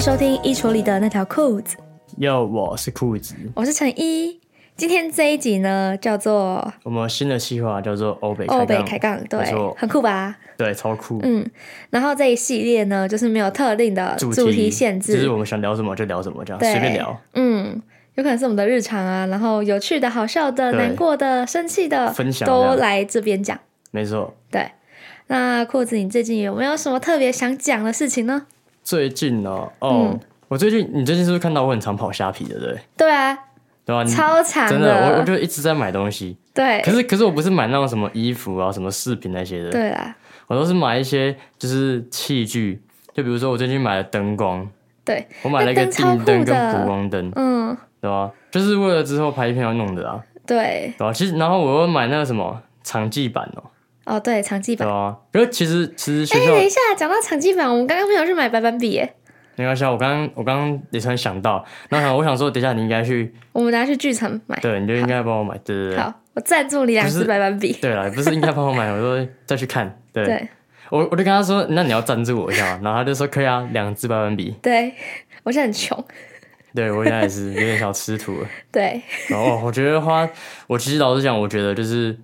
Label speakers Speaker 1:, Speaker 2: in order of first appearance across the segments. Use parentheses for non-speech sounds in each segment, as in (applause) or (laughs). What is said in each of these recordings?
Speaker 1: 收听衣橱里的那条裤子，
Speaker 2: 又我是裤子，
Speaker 1: 我是陈一。今天这一集呢，叫做
Speaker 2: 我们新的计划叫做欧北
Speaker 1: 欧北
Speaker 2: 开
Speaker 1: 开
Speaker 2: 杠，
Speaker 1: 杠，对
Speaker 2: 没错，
Speaker 1: 很酷吧？
Speaker 2: 对，超酷。
Speaker 1: 嗯，然后这一系列呢，就是没有特定的
Speaker 2: 主
Speaker 1: 主题限
Speaker 2: 就是
Speaker 1: 制，
Speaker 2: 我们想聊什么就聊什么，这样
Speaker 1: 对，
Speaker 2: 随便聊，。
Speaker 1: 嗯，有可能是我们的日常啊，然后有趣的、好笑的、
Speaker 2: 对
Speaker 1: 难过的、生气的，
Speaker 2: 分享这
Speaker 1: 都
Speaker 2: 样
Speaker 1: 来这边讲。
Speaker 2: 没错。
Speaker 1: 对，那裤子，你最近有没有什么特别想讲的事情呢？
Speaker 2: 最近呢，哦，
Speaker 1: 嗯
Speaker 2: 我最近你最近是不是看到我很常跑虾皮，对不对？
Speaker 1: 对啊，
Speaker 2: 对吧？你
Speaker 1: 超长
Speaker 2: 真的，我我就一直在买东西，
Speaker 1: 对
Speaker 2: 可是可是我不是买那种什么衣服啊、什么饰品那些的，
Speaker 1: 对啊啦，
Speaker 2: 我都是买一些就是器具，就比如说我最近买了灯光，
Speaker 1: 对，
Speaker 2: 我买了一个
Speaker 1: 那灯超
Speaker 2: 定灯
Speaker 1: 酷
Speaker 2: 跟
Speaker 1: 的
Speaker 2: 补光灯，
Speaker 1: 嗯，
Speaker 2: 对吧？就是为了之后拍片要弄的啊。
Speaker 1: 对，
Speaker 2: 对啊，其实然后我又买那个什么场记版哦、
Speaker 1: 哦，对，长记
Speaker 2: 对
Speaker 1: 版。
Speaker 2: 啊，可是其实其实学
Speaker 1: 哎、
Speaker 2: 校、
Speaker 1: 等一下，讲到长记版，我们刚刚没有去买白板笔耶，
Speaker 2: 没关系啊，我刚刚我刚刚也突然想到，然后我想说，等一下你应该去，
Speaker 1: 我们拿去剧城买。
Speaker 2: 对，你就应该帮我买，对对对，
Speaker 1: 好，我赞助你两
Speaker 2: 不
Speaker 1: 支
Speaker 2: 是
Speaker 1: 白板笔。
Speaker 2: 对啦，不是应该帮我买，我说再去看，对，
Speaker 1: 对
Speaker 2: 我我就跟他说，那你要赞助我一下吗，然后他就说可以啊，两支白板笔，
Speaker 1: 对，我现在很穷。
Speaker 2: 对我现在也是有点小吃土了，
Speaker 1: 对，
Speaker 2: 然后我觉得花，我其实老实讲，我觉得就是。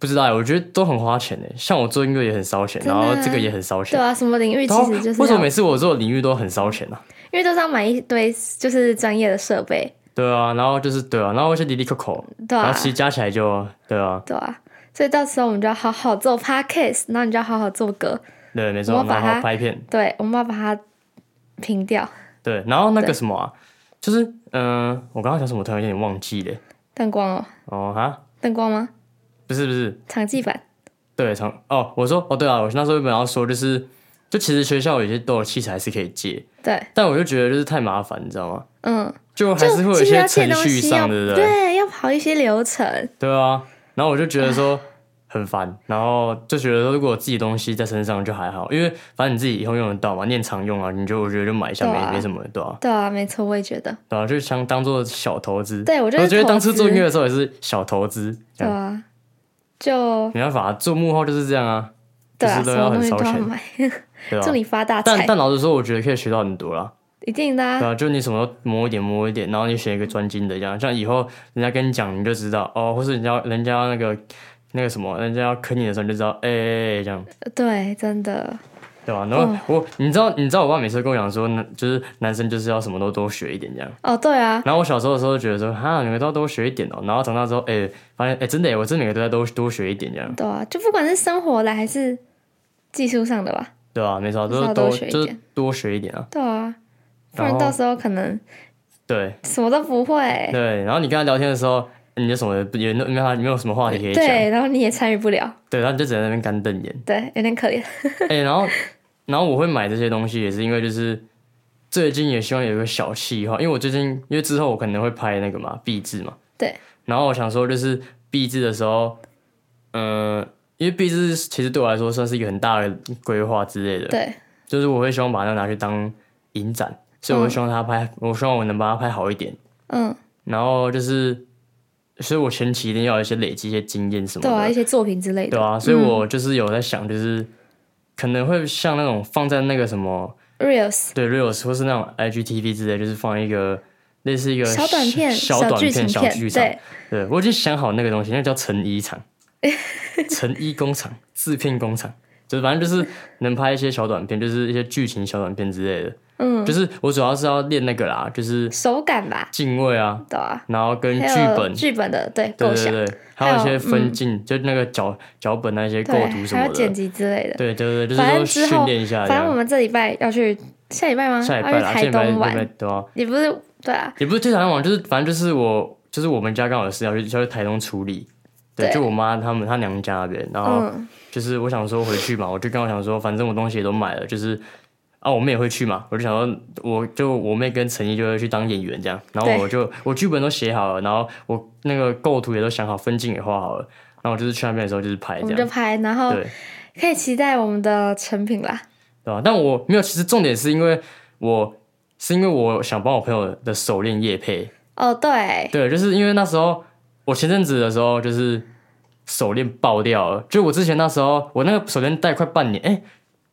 Speaker 2: 不知道欸，我觉得都很花钱诶。像我做音乐也很烧钱，
Speaker 1: 真
Speaker 2: 然
Speaker 1: 的啊
Speaker 2: 后这个也很烧
Speaker 1: 对
Speaker 2: 钱。
Speaker 1: 啊，什么领域其
Speaker 2: 然后
Speaker 1: 实就是
Speaker 2: 为什么
Speaker 1: 要
Speaker 2: 每次我做的领域都很烧钱啊？
Speaker 1: 因为都是要买一堆就是专业的设备，
Speaker 2: 对啊，然后就是对啊，然后一些滴滴扣扣，
Speaker 1: 对
Speaker 2: 然
Speaker 1: 啊
Speaker 2: 后，其实加起来就对啊，
Speaker 1: 对啊。所以到时候我们就要好好做 podcast，然后你就要好好做歌，
Speaker 2: 对，没
Speaker 1: 我
Speaker 2: 错，
Speaker 1: 们把
Speaker 2: 然
Speaker 1: 它
Speaker 2: 后拍片，
Speaker 1: 对，我们要把它平掉。
Speaker 2: 对，然后那
Speaker 1: 对
Speaker 2: 个什么啊，就是嗯、呃我刚刚讲什么，我突然有点忘记了。
Speaker 1: 灯光哦，
Speaker 2: 哦哈，
Speaker 1: 灯光吗？
Speaker 2: 不是不是，
Speaker 1: 场记版，
Speaker 2: 对，从哦，我说哦对啊，我那时候本来要说就是，就其实学校有些都有器材是可以借，
Speaker 1: 对，
Speaker 2: 但我就觉得就是太麻烦，你知道吗？
Speaker 1: 嗯，
Speaker 2: 就还
Speaker 1: 就是
Speaker 2: 会有
Speaker 1: 其
Speaker 2: 一
Speaker 1: 实
Speaker 2: 些
Speaker 1: 要借
Speaker 2: 程
Speaker 1: 东
Speaker 2: 序
Speaker 1: 西要
Speaker 2: 上的，对不对？
Speaker 1: 对，要跑一些流程，
Speaker 2: 对啊，然后我就觉得说很烦，然后就觉得说如果我自己东西在身上就还好，因为反正你自己以后用得到嘛，你也常用啊，你就我觉得就买一下
Speaker 1: 对
Speaker 2: 没、
Speaker 1: 啊
Speaker 2: 没什么，对啊，
Speaker 1: 对啊，没错，我也觉得，
Speaker 2: 对啊，就相当做小投资。
Speaker 1: 对我觉
Speaker 2: 我
Speaker 1: 得
Speaker 2: 觉得当初
Speaker 1: 投资
Speaker 2: 做音乐的时候也是小投资，这
Speaker 1: 对
Speaker 2: 样
Speaker 1: 啊，就
Speaker 2: 没办法，做幕后就是这样啊，
Speaker 1: 对啊，
Speaker 2: 就是
Speaker 1: 什
Speaker 2: 都要
Speaker 1: 么东
Speaker 2: 很
Speaker 1: 西
Speaker 2: 烧
Speaker 1: 都要
Speaker 2: 钱，
Speaker 1: 买，
Speaker 2: 对
Speaker 1: 祝
Speaker 2: 吧、
Speaker 1: 你发大
Speaker 2: 但
Speaker 1: 财，
Speaker 2: 但老实说，我觉得可以学到很多啦，
Speaker 1: 一定的
Speaker 2: 对
Speaker 1: 啊，
Speaker 2: 啊，就你什么都摸一点摸一点，然后你选一个专精的这样，像以后人家跟你讲你就知道哦，或是人家人家那个那个什么，人家要坑你的时候你就知道，哎、哎哎这样。
Speaker 1: 对，真的，
Speaker 2: 对吧、然后
Speaker 1: 哦
Speaker 2: 我，你知道，你知道我爸每次跟我讲说，男就是男生就是要什么都多学一点这样。
Speaker 1: 哦，对啊，
Speaker 2: 然后我小时候的时候就觉得说，哈，每个都要多学一点哦。然后长大之后，哎、发现哎、真的耶，我真的每个都在多多学一点这样，
Speaker 1: 对啊，就不管是生活的还是技术上的吧，
Speaker 2: 对吧、没错，
Speaker 1: 就是
Speaker 2: 都是
Speaker 1: 要多学一
Speaker 2: 多就是
Speaker 1: 点
Speaker 2: 多学一点啊。
Speaker 1: 对啊，不
Speaker 2: 然
Speaker 1: 然
Speaker 2: 后
Speaker 1: 到时候可能
Speaker 2: 对
Speaker 1: 什么都不会，
Speaker 2: 对，然后你跟他聊天的时候，你就什么也没有没有没有什么话题可以讲，
Speaker 1: 对，然后你也参与不了，
Speaker 2: 对，然后你就只能在那边干瞪眼。
Speaker 1: 对，有点可怜，
Speaker 2: 哎、然后然后我会买这些东西，也是因为就是最近也希望有一个小计划，因为我最近因为之后我可能会拍那个嘛壁纸嘛，
Speaker 1: 对，
Speaker 2: 然后我想说就是壁纸的时候，嗯、因为壁纸其实对我来说算是一个很大的规划之类的，
Speaker 1: 对，
Speaker 2: 就是我会希望把它拿去当影展，所以我会希望它拍，我希望我能把它拍好一点，
Speaker 1: 嗯，
Speaker 2: 然后就是。所以，我前期一定要有一些累积一些经验什么
Speaker 1: 对
Speaker 2: 的。
Speaker 1: 啊，一些作品之类
Speaker 2: 对
Speaker 1: 的
Speaker 2: 啊，所以我就是有在想，就是、可能会像那种放在那个什么
Speaker 1: ，reels，
Speaker 2: 对啊 reels 或是那种 IGTV 之类，就是放一个类似一个
Speaker 1: 小短片、
Speaker 2: 小短
Speaker 1: 剧情
Speaker 2: 片、小剧
Speaker 1: 片，
Speaker 2: 场。
Speaker 1: 对，
Speaker 2: 对我已经想好那个东西，那叫成
Speaker 1: (laughs)
Speaker 2: 衣厂、成衣工厂、制片工厂，就是反正就是能拍一些小短片，就是一些剧情小短片之类的。
Speaker 1: 嗯，
Speaker 2: 就是我主要是要练那个啦，就是
Speaker 1: 手感吧，
Speaker 2: 敬畏啊，
Speaker 1: 对啊，
Speaker 2: 然后跟剧
Speaker 1: 还有
Speaker 2: 本。
Speaker 1: 剧本的对
Speaker 2: 对
Speaker 1: 构
Speaker 2: 对
Speaker 1: 想，
Speaker 2: 对，还有一
Speaker 1: 还有
Speaker 2: 些分
Speaker 1: 嗯
Speaker 2: 镜，就那个脚脚本那些构图什
Speaker 1: 还
Speaker 2: 么
Speaker 1: 有
Speaker 2: 的，
Speaker 1: 剪辑之类的，
Speaker 2: (laughs) 对对对，就是
Speaker 1: 反
Speaker 2: 说
Speaker 1: 正之后
Speaker 2: 训练一下这
Speaker 1: 反正我
Speaker 2: 样。
Speaker 1: 们这礼拜要去，下礼拜吗？
Speaker 2: 下礼
Speaker 1: 要
Speaker 2: 拜
Speaker 1: 去
Speaker 2: 啦，下
Speaker 1: 台
Speaker 2: 礼拜
Speaker 1: 东
Speaker 2: 礼拜
Speaker 1: 玩，
Speaker 2: 对啊，
Speaker 1: 你不是对啊，
Speaker 2: 也不是去台东玩，就是反正就是我就是我们家刚好有事要去要去台东处理，对，
Speaker 1: 对
Speaker 2: 就我妈他们她娘家那边，然后
Speaker 1: 嗯，
Speaker 2: 就是我想说回去嘛，我就刚好想说，反正我东西也都买了，就是啊我妹也会去嘛，我就想说我就我妹跟陈毅就会去当演员这样，然后
Speaker 1: 对
Speaker 2: 我就我剧本都写好了，然后我那个构图也都想好，分镜也画好了，然后我就是去那边的时候就是拍
Speaker 1: 我
Speaker 2: 这
Speaker 1: 们就
Speaker 2: 样，
Speaker 1: 拍，然后
Speaker 2: 对。
Speaker 1: 可以期待我们的成品啦。
Speaker 2: 对吧、但我没有，其实重点是因为我是因为我想帮我朋友的手链夜配，
Speaker 1: 哦，对，
Speaker 2: 对，就是因为那时候我前阵子的时候就是手链爆掉了，就我之前那时候我那个手链戴快半年，哎、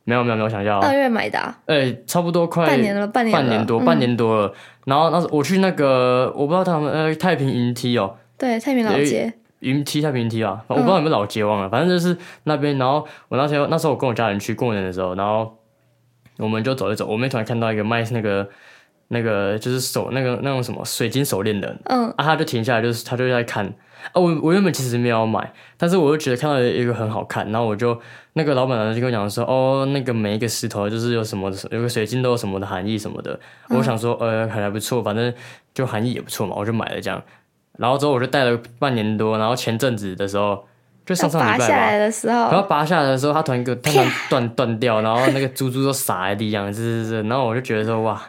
Speaker 2: 没有没有没有，我想一下
Speaker 1: 二
Speaker 2: 啊，
Speaker 1: 月买的啊、
Speaker 2: 哎、差不多快
Speaker 1: 半年了，半年了，
Speaker 2: 半年多，
Speaker 1: 嗯
Speaker 2: 半年多了。然后那时我去那个，我不知道他们呃太平云梯哦，
Speaker 1: 对，太平老街，
Speaker 2: 云梯太平云梯啊，我不知道有没有老街忘了，反正就是那边。然后我那时候那时候我跟我家人去过年的时候，然后我们就走一走，我们突然看到一个卖那个那个就是手那个那种什么水晶手链的，
Speaker 1: 嗯，
Speaker 2: 啊，他就停下来，就是他就在看啊，我我原本其实没有要买，但是我就觉得看到一个很好看，然后我就那个老板娘就跟我讲说，哦，那个每一个石头就是有什么有个水晶都有什么的含义什么的，
Speaker 1: 嗯
Speaker 2: 我想说呃还不错，反正就含义也不错嘛，我就买了这样，然后之后我就戴了半年多，然后前阵子的时候就上
Speaker 1: 要
Speaker 2: 上
Speaker 1: 拔
Speaker 2: 礼
Speaker 1: 下来
Speaker 2: 拜吧。
Speaker 1: 的时
Speaker 2: 然后
Speaker 1: 候，
Speaker 2: 拔下来的时候，它突然给我突然断断掉，然后那个珠珠都洒在地上，是是是。然后我就觉得说哇，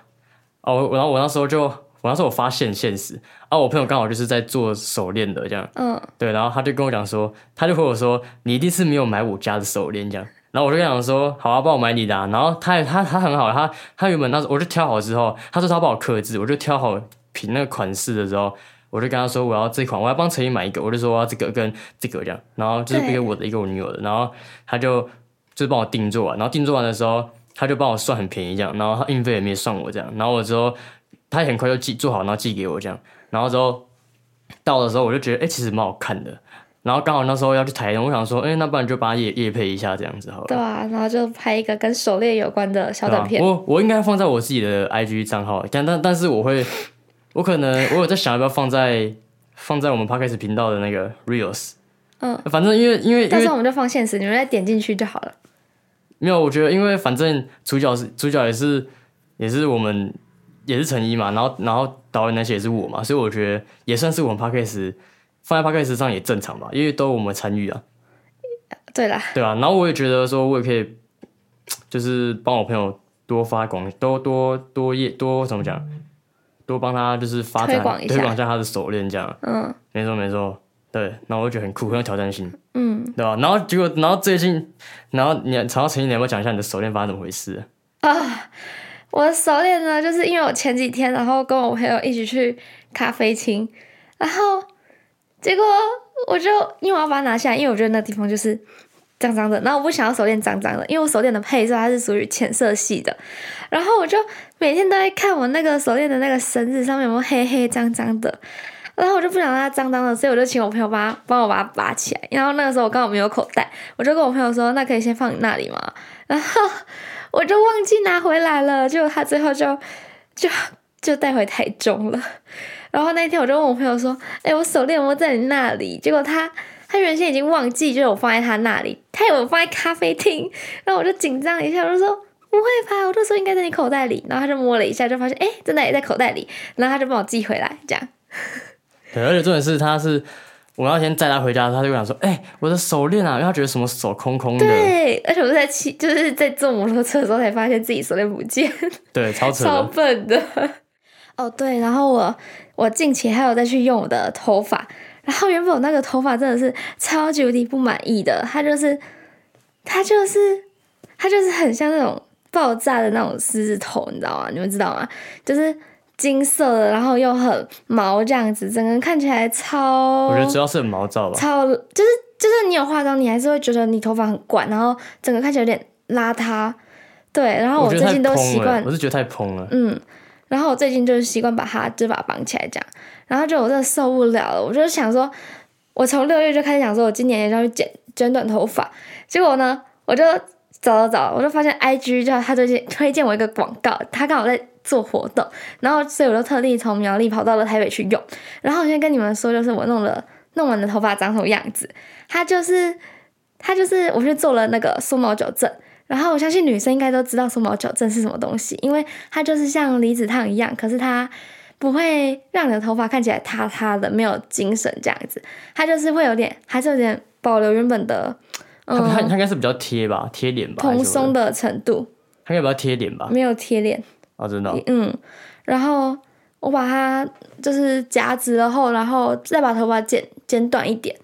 Speaker 2: 哦，然后我那时候就，我那时候我发现现实啊，我朋友刚好就是在做手链的这样，
Speaker 1: 嗯，
Speaker 2: 对，然后他就跟我讲说，他就回我说，你一定是没有买我家的手链这样。然后我就跟他讲说，好啊，帮我买你的、啊。然后他也他他很好，他他原本那时候我就挑好之后，他说他帮我克制，我就挑好品那个款式的时候，我就跟他说我要这款，我要帮陈怡买一个，我就说我要这个跟这个这样。然后就是一
Speaker 1: 对
Speaker 2: 个我的，一个我女友的。然后他就就是帮我定做完，然后定做完的时候，他就帮我算很便宜这样，然后他运费也没算我这样，然后我之后他也很快就寄做好，然后寄给我这样，然后之后到的时候我就觉得，哎、其实蛮好看的，然后刚好那时候要去台东，我想说，哎、那不然就把它夜夜配一下这样子好了。
Speaker 1: 对啊，然后就拍一个跟手链有关的小
Speaker 2: 对啊
Speaker 1: 短片，
Speaker 2: 我我应该放在我自己的 IG 账号，但但但是我会，我可能我有在想要不要放在放在我们 Podcast 频道的那个 Reels，
Speaker 1: 嗯，
Speaker 2: 反正因为因为因
Speaker 1: 到时
Speaker 2: 为
Speaker 1: 候我们就放现实，你们再点进去就好了。
Speaker 2: 没有，我觉得因为反正主角是主角也是也是我们也是陈一嘛，然后然后导演那些也是我嘛，所以我觉得也算是我们 podcast 放在 podcast 上也正常吧，因为都我们参与啊，
Speaker 1: 对啦，
Speaker 2: 对啊，然后我也觉得说我也可以就是帮我朋友多发广，多多多业多怎么讲，多帮他就是发展
Speaker 1: 推广一下
Speaker 2: 推广一下他的手链这样，
Speaker 1: 嗯
Speaker 2: 没错没错，对，然后我就觉得很酷，很有挑战性，
Speaker 1: 嗯，
Speaker 2: 对吧、然后结果然后最近，然后你常到陈一，你要不要讲一下你的手链发生怎么回事啊？
Speaker 1: 我的手链呢，就是因为我前几天然后跟我朋友一起去咖啡厅，然后结果我就因为我要把它拿下来，因为我觉得那地方就是脏脏的，然后我不想要手链脏脏的，因为我手链的配色它是属于浅色系的，然后我就每天都在看我那个手链的那个绳子上面有没有黑黑脏脏的。然后我就不想让它脏脏的，所以我就请我朋友帮它帮我把它拔起来。然后那个时候我刚好没有口袋，我就跟我朋友说：“那可以先放你那里吗？”然后我就忘记拿回来了，结果他最后就就就带回台中了。然后那一天我就问我朋友说：“哎、我手链有没有在你那里？”结果他他原先已经忘记，就是我放在他那里，他以为我放在咖啡厅，然后我就紧张一下，我就说。不会吧？我就说应该在你口袋里，然后他就摸了一下，就发现哎、真的也在口袋里，然后他就帮我寄回来，这样。
Speaker 2: 对，而且重点是他是我那天载他回家，他就跟我讲说：“哎、我的手链啊！”因为他觉得什么手空空的，对，
Speaker 1: 对，而且我在骑，就是在坐摩托车的时候才发现自己手链不见。
Speaker 2: 超扯
Speaker 1: 超
Speaker 2: 的。
Speaker 1: 笨的。 (laughs) 哦，对，然后我我近期还有再去用我的头发，然后原本我那个头发真的是超级无敌不满意的，它就是它就是它就是很像那种爆炸的那种狮子头，你知道吗？你们知道吗？就是金色的，然后又很毛这样子，整个人看起来超
Speaker 2: 我觉得主要是很毛躁吧，
Speaker 1: 超就是就是你有化妆，你还是会觉得你头发很管，然后整个看起来有点邋遢。对，然后
Speaker 2: 我觉
Speaker 1: 最
Speaker 2: 得太
Speaker 1: 近都习
Speaker 2: 蓬了
Speaker 1: 惯，
Speaker 2: 我是觉得太蓬了。
Speaker 1: 嗯，然后我最近就是习惯把它就把它绑起来这样，然后就我真的受不了了，我就想说，我从六月就开始想说，我今年也要去剪剪短头发，结果呢，我就找找找，我就发现 I G 就他推荐推荐我一个广告，他刚好在做活动，然后所以我就特地从苗栗跑到了台北去用，然后我先跟你们说，就是我弄了弄完的头发长什么样子，它就是它就是我去做了那个缩毛矫正。然后我相信女生应该都知道缩毛矫正是什么东西，因为它就是像离子烫一样，可是它不会让你的头发看起来塌塌的，没有精神这样子。它就是会有点，还是有点保留原本的，
Speaker 2: 他他他
Speaker 1: 嗯，
Speaker 2: 应该是比较贴吧，贴脸吧，还
Speaker 1: 蓬
Speaker 2: 是什么
Speaker 1: 松嗯
Speaker 2: 的，
Speaker 1: 的程度，
Speaker 2: 他应该比较贴脸吧。
Speaker 1: 没有贴脸。
Speaker 2: 啊，真的哦、
Speaker 1: 嗯，然后我把它就是夹直了后，然后再把头发剪剪短一点。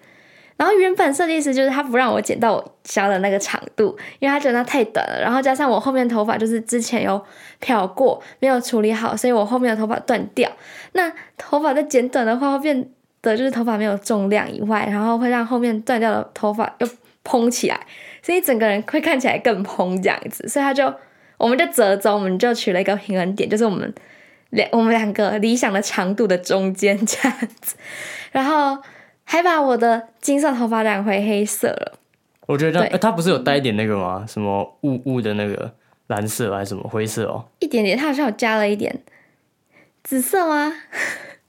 Speaker 1: 然后原本设计师就是他不让我剪到我想要的那个长度，因为他觉得它太短了。然后加上我后面头发就是之前有漂过，没有处理好，所以我后面的头发断掉。那头发再剪短的话，会变得就是头发没有重量以外，然后会让后面断掉的头发又蓬起来，所以整个人会看起来更蓬这样子，所以他就我们就折中，我们就取了一个平衡点，就是我们两我们两个理想的长度的中间这样子，然后还把我的金色头发染回黑色了，
Speaker 2: 我觉得这样，
Speaker 1: 对
Speaker 2: 呃它不是有带一点那个吗？什么雾雾的那个蓝色还是什么灰色哦？
Speaker 1: 一点点，它好像有加了一点紫色吗？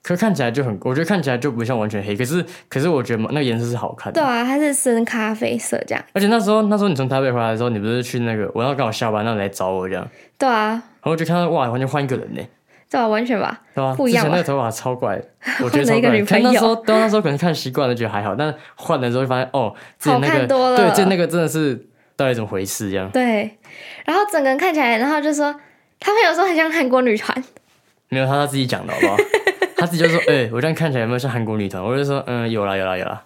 Speaker 2: 可看起来就很，我觉得看起来就不像完全黑，可是可是我觉得那个颜色是好看的。
Speaker 1: 对啊，它是深咖啡色这样，
Speaker 2: 而且那时候那时候你从台北回来的时候，你不是去那个，我那刚好下班，那你来找我这样，
Speaker 1: 对啊，
Speaker 2: 然后我就看到哇，完全换一个人呢，
Speaker 1: 对啊，完全吧。
Speaker 2: 对吧、
Speaker 1: 不一样
Speaker 2: 之
Speaker 1: 吧
Speaker 2: 前那个头发超怪，我觉
Speaker 1: 换了
Speaker 2: 得超
Speaker 1: 一个
Speaker 2: 怪。
Speaker 1: 女
Speaker 2: 可能
Speaker 1: 朋
Speaker 2: 那
Speaker 1: 友
Speaker 2: 时候，对啊，那时候可能看习惯了，觉得还好，但换了之后就发现哦，之前
Speaker 1: 好
Speaker 2: 那
Speaker 1: 看
Speaker 2: 个
Speaker 1: 多了
Speaker 2: 对，之前那个真的是到底怎么回事这样？
Speaker 1: 对，然后整个人看起来，然后就说他朋友说很像韩国女团，
Speaker 2: 没有，他他自己讲的
Speaker 1: (laughs)
Speaker 2: 好不好？他自己就说，哎、我这样看起来有没有像韩国女团？我就说，嗯，有啦有啦有啦。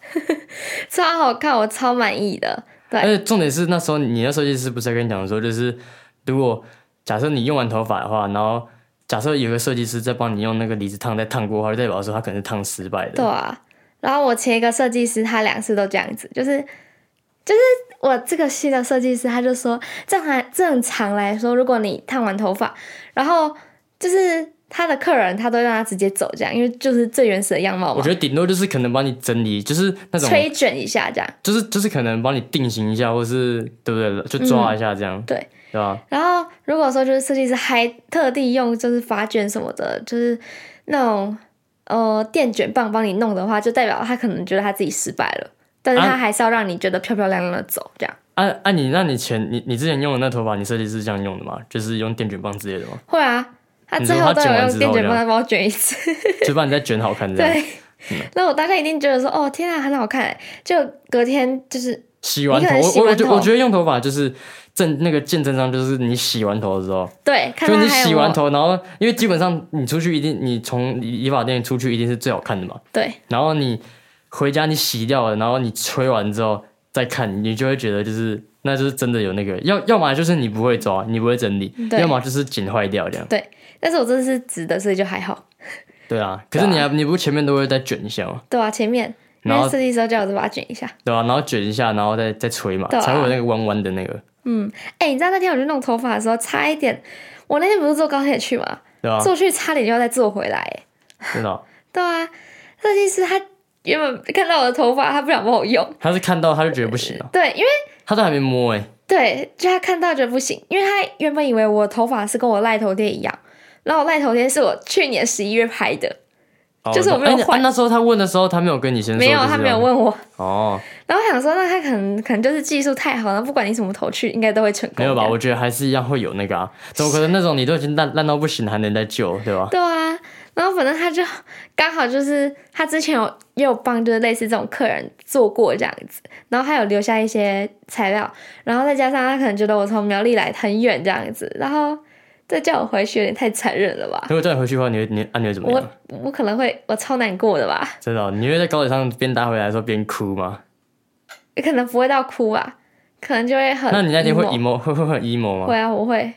Speaker 1: 超好看，我超满意的。 (laughs) 对
Speaker 2: 而且重点是那时候你那设计师不是在跟你讲说，就是如果假设你用完头发的话，然后假设有个设计师在帮你用那个离子烫再烫过的话，就代表说他可能是烫失败
Speaker 1: 对
Speaker 2: 的。
Speaker 1: 啊，然后我前一个设计师他两次都这样子，就是就是我这个系的设计师他就说，正常正常来说，如果你烫完头发，然后就是他的客人他都让他直接走这样，因为就是最原始的样貌
Speaker 2: 我
Speaker 1: 嘛
Speaker 2: 觉，得顶多就是可能帮你整理，就是那种，
Speaker 1: 吹卷一下这样。
Speaker 2: 就是就是可能帮你定型一下，或是对不对？就抓一下这样，
Speaker 1: 嗯对
Speaker 2: 对啊吧？
Speaker 1: 然后如果说就是设计师还特地用就是发卷什么的，就是那种呃电卷棒帮你弄的话，就代表他可能觉得他自己失败了，但是
Speaker 2: 啊
Speaker 1: 他还是要让你觉得漂漂亮亮的走这样，
Speaker 2: 按、按、啊你那你前你你之前用的那头发，你设计师这样用的吗？就是用电卷棒之类的吗？
Speaker 1: 会啊。他
Speaker 2: 你
Speaker 1: 最
Speaker 2: 说
Speaker 1: 后都
Speaker 2: 他卷
Speaker 1: 有
Speaker 2: 完
Speaker 1: 用
Speaker 2: 之
Speaker 1: 电
Speaker 2: 后
Speaker 1: 卷
Speaker 2: 这
Speaker 1: 棒
Speaker 2: 样
Speaker 1: 再帮我卷一次，
Speaker 2: 就把你再卷好看这
Speaker 1: (laughs)
Speaker 2: 样。
Speaker 1: 对。那我大概一定觉得说，哦，天啊，很好看欸，就隔天就是
Speaker 2: 洗完头，
Speaker 1: 你可能洗
Speaker 2: 我我我
Speaker 1: 完
Speaker 2: 觉
Speaker 1: 头
Speaker 2: 我觉得用头发就是正那个见真章，就是你洗完头的时候，
Speaker 1: 对，看
Speaker 2: 就
Speaker 1: 他
Speaker 2: 你
Speaker 1: 还有
Speaker 2: 洗
Speaker 1: 没
Speaker 2: 完
Speaker 1: 有
Speaker 2: 头，然后因为基本上你出去一定，你从理发店出去一定是最好看的嘛。
Speaker 1: 对
Speaker 2: 然后你回家你洗掉了，然后你吹完之后再看，你就会觉得就是那就是真的有那个，要要么就是你不会抓，你不会整理，
Speaker 1: 对
Speaker 2: 要么就是剪坏掉这样。
Speaker 1: 对，但是我这是直的，所以就还好，
Speaker 2: 对啊，可是你还、你不是前面都会再卷一下吗？
Speaker 1: 对啊，前面因
Speaker 2: 然
Speaker 1: 为
Speaker 2: 后
Speaker 1: 设计师叫我再把它卷一下，
Speaker 2: 对吧、然后卷一下，然后再再吹嘛，
Speaker 1: 对啊
Speaker 2: 才会有那个弯弯的那个，
Speaker 1: 哎、你知道那天我去弄头发的时候，差一点，我那天不是坐高铁去嘛，
Speaker 2: 对吧、
Speaker 1: 坐去差点就要再坐回来、哎
Speaker 2: 真的哦、
Speaker 1: 对啊，设计师他原本看到我的头发，他不想帮我用，
Speaker 2: 他是啊看到他就觉得不行了、
Speaker 1: 对，因为
Speaker 2: 他都还没摸哎、
Speaker 1: 对，就他看到觉得不行，因为他原本以为我的头发是跟我赖头贴一样，然后我赖头贴是我去年十一月拍的，
Speaker 2: 哦
Speaker 1: 就是我没有
Speaker 2: 哎你
Speaker 1: 换
Speaker 2: 啊那时候他问的时候，他没有跟你先说，
Speaker 1: 没有，
Speaker 2: 就是
Speaker 1: 他没有
Speaker 2: 要
Speaker 1: 问我，
Speaker 2: 哦，
Speaker 1: 然后我想说，那他可能可能就是技术太好了，不管你什么头去，应该都会成功，
Speaker 2: 没有吧？？我觉得还是一样会有那个啊，怎么可能那种你都已经烂烂到不行了还能再救，对吧？
Speaker 1: 对啊，然后反正他就刚好就是他之前有也有帮就是类似这种客人做过这样子，然后还有留下一些材料，然后再加上他可能觉得我从苗栗来很远这样子，然后再叫我回去有点太残忍了吧？
Speaker 2: 如果叫你回去的话，你会你按、啊、你会怎么
Speaker 1: 我
Speaker 2: 样？
Speaker 1: 我可能会我超难过的吧，
Speaker 2: 真的哦、你会在高铁上边搭回来的时候边哭吗？
Speaker 1: 也可能不会到哭吧，可能就会很
Speaker 2: 那你那天会
Speaker 1: emo
Speaker 2: emo 会会会很 emo 吗？
Speaker 1: 会啊，我会。